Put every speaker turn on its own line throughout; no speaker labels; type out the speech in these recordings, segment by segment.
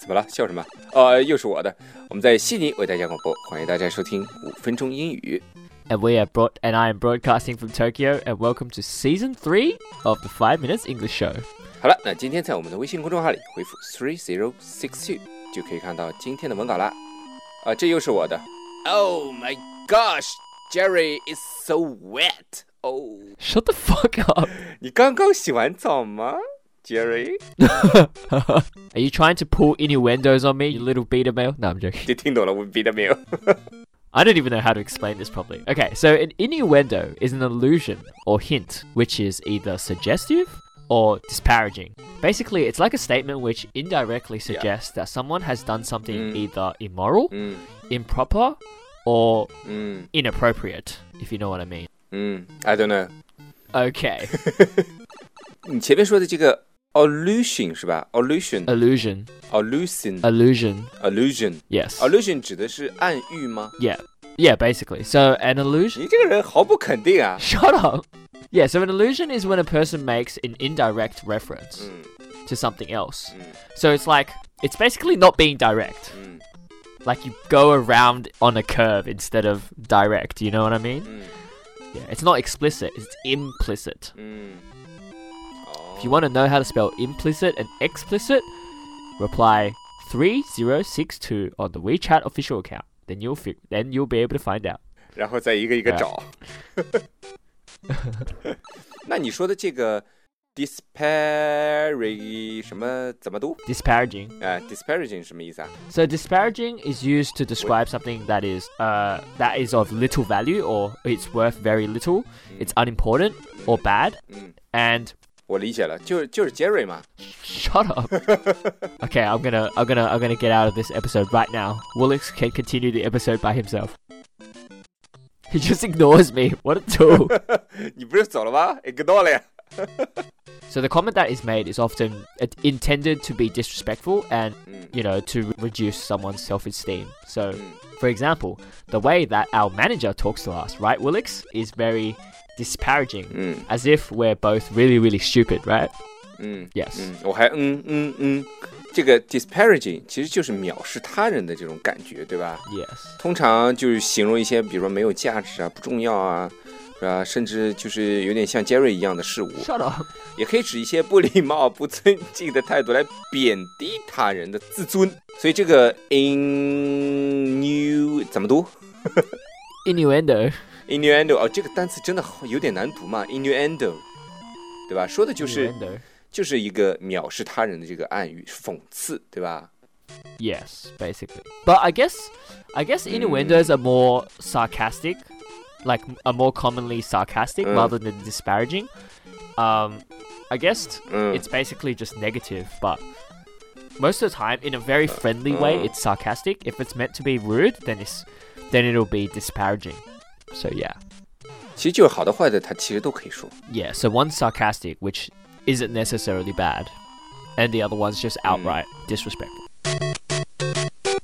怎么了？笑什么？呃，又是我的。我们在悉尼为大家广播，欢迎大家收听五分钟英语。
And we are brought and I am broadcasting from Tokyo and welcome to season three of the Five Minutes English Show.
好了，那今天在我们的微信公众号里回复 three zero six two 就可以看到今天的文稿啦。啊，这又是我的。Oh my gosh, Jerry is so wet. 哦，
Shut the fuck up.
你刚刚洗完澡吗，Jerry？
are you trying to pull innuendos on me, you little beta male? No, I'm joking.
你听懂了我们 B 的没有？
I don't even know how to explain this properly. Okay, so an innuendo is an allusion or hint, which is either suggestive or disparaging. Basically, it's like a statement which indirectly suggests that someone has done something
Mm.
either immoral,
嗯
improper, or
嗯
inappropriate, if you know what I mean.
嗯，I don't know。
Okay,
你前面说的这个 allusion 是吧？allusion
呃 illusion,
allusion
illusion,
allusion
yes.
allusion 指的是暗喻吗？
Yeah, yeah, basically. So an illusion.
你这个人毫不肯定啊。
Shut up. Yeah, so an illusion is when a person makes an indirect reference
嗯
to something else.
嗯
So it's like it's basically not being direct.
嗯
Like you go around on a curve instead of direct. You know what I mean?
嗯
Yeah, it's not explicit. It's implicit.
嗯。哦
If you want to know how to spell implicit and explicit, reply 3062 on the WeChat official account. Then you'll fi- then you'll be able to find out.
然后再一个一个
哎
找。那你说的这个 disparaging 什么怎么读？
Disparaging.
呃 d i s p a r a g i n g 什么意思啊？
So disparaging is used to describe something that is uh that is of little value or it's worth very little, it's unimportant or bad,
嗯，
and
我理解了，就是就是 Jerry 嘛。
shut up. okay, I'm gonna I'm gonna I'm gonna get out of this episode right now. Woolix can continue the episode by himself. He just ignores me. What a tool.
你不是走了吗？Ignore 了呀。
So the comment that is made is often uh, intended to be disrespectful and,
嗯
you know, to reduce someone's self-esteem. So,
嗯
for example, the way that our manager talks to us, right, Willix, is very disparaging,
嗯
as if we're both really, really stupid, right?
嗯
Yes.
嗯，我还嗯嗯嗯，这个 disparaging 其实就是藐视他人的这种感觉，对吧？
Yes.
通常就是形容一些，比如说没有价值啊、不重要啊，是吧？甚至就是有点像 Jerry 一样的事物。
Shut up.
也可以指一些不礼貌、不尊敬的态度来贬低他人的自尊。所以这个 in new 怎么读
Innuendo.
innuendo 哦，这个单词真的好有点难读嘛，innuendo，对吧？说的就是
Innuendo.
就是一个藐视他人的这个暗语、讽刺，对吧？
Yes, basically. But I guess, I guess innuendos are more sarcastic, like m- are more commonly sarcastic
Mm.
rather than disparaging. Um, I guess
Mm.
it's basically just negative, but most of the time, in a very friendly way,
Mm.
it's sarcastic. If it's meant to be rude, then it's then it'll be disparaging. So yeah,
其实就是好的、坏的，它其实都可以说。
yeah. So one's sarcastic, which isn't necessarily bad, and the other one's just outright disrespectful.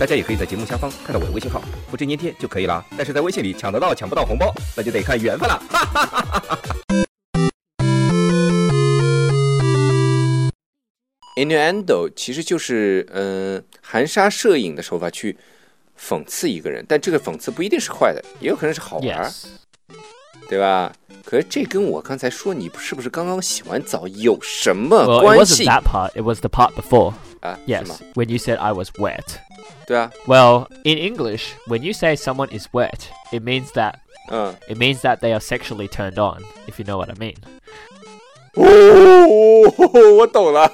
大家也可以在节目下方看到我的微信号，复制粘贴就可以了。但是在微信里抢得到抢不到红包，那就得看缘分了。innuendo 其实就是嗯、呃含沙射影的手法去讽刺一个人，但这个讽刺不一定是坏的，也有可能是好玩儿
Yes.
对吧？可是这跟我刚才说你是不是刚刚洗完澡有什么
Well, it
关
wasn't
系
that part. It was the part before.
啊？是吗
Yes, when you said I was wet.
对啊，
Well, in English, when you say someone is wet, it means that
嗯，
it means that they are sexually turned on, if you know what I mean.
哦，我懂了。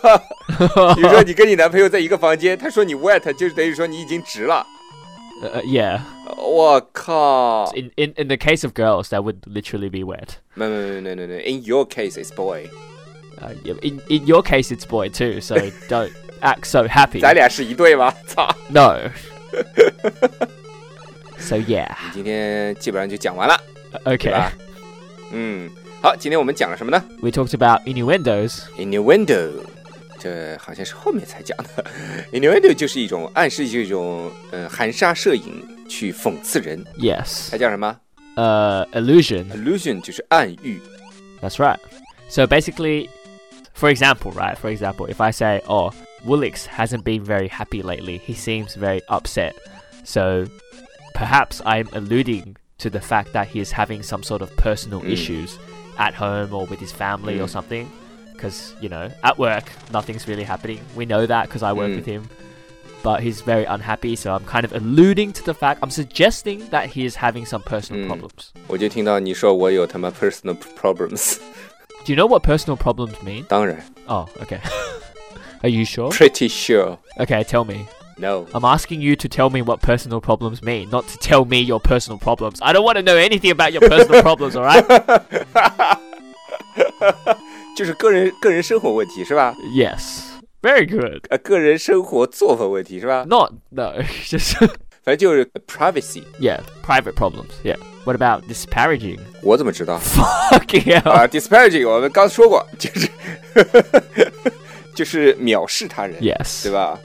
比如说你跟你男朋友在一个房间，他说你 wet，就是等于说你已经直了。
Uh, yeah.
我靠！
In, in in the case of girls, that would literally be wet.
没没没没没，In your case, it's boy。
Uh, yeah, in in your case, it's boy too. So don't act so happy.
咱俩是一对吗？操！
No. so yeah.
今天基本上就讲完了，对
Okay.
吧？嗯，好，今天我们讲了什么呢
We talked about innuendos.
？Innuendo，这好像是后面才讲的。Innuendo 就是一种暗示，就是一种呃含沙射影去讽刺人，
Yes.
它叫什么
Uh, illusion.
？Allusion 就是暗喻。
That's right. So basically, for example, right? For example, if I say, "Oh, Woolix hasn't been very happy lately. He seems very upset." So perhaps I'm alluding to the fact that he is having some sort of personal
Mm.
issues at home or with his family or
Mm.
something. Because you know, at work, nothing's really happening. We know that because I work
Mm.
with him. But he's very unhappy, so I'm kind of alluding to the fact. I'm suggesting that he is having some personal
Mm.
problems.
我就听到你说我有他妈 personal problems，
Do you know what personal problems mean?
当然
Oh, okay. Are you sure?
pretty sure
Okay, tell me.
no。
I'm asking you to tell me what personal problems mean, not to tell me your personal problems. I don't want to know anything about your personal problems, alright?
就是个人个人生活问题是吧？
Yes. Very good.
呃，个人生活作风问题是吧？
Not, no, just,
反正就是 privacy。
yeah, private problems, yeah. What about disparaging?
我怎么知道
Fucking hell.
啊？disparaging 我们刚说过，就是 就是藐视他人
Yes.
对吧？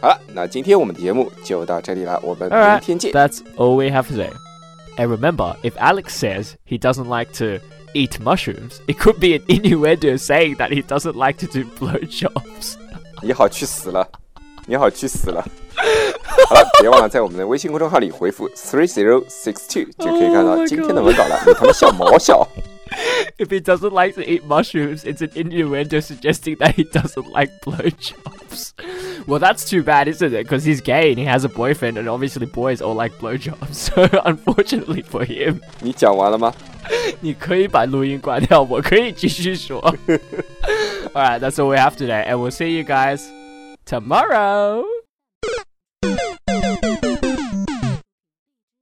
好了，那今天我们的节目就到这里了，我们
All right.
明天见。
That's all we have today. And remember, if Alex says he doesn't like to eat mushrooms, it could be an innuendo saying that he doesn't like to do blowjobs.
你好去死了，你好去死了。 好了，别忘了在我们的微信公众号里回复 three zero six two 就可以看
Oh my
到
God
今天的文稿了。你他妈笑毛笑？
If he doesn't like to eat mushrooms, it's an innuendo suggesting that he doesn't like blowjobs. Well, that's too bad, isn't it? Because he's gay and he has a boyfriend, and obviously boys all like blowjobs. So, unfortunately for him,
你讲完了吗？
你可以把录音关掉，我可以继续说。Alright, that's all we have today, and we'll see you guys tomorrow.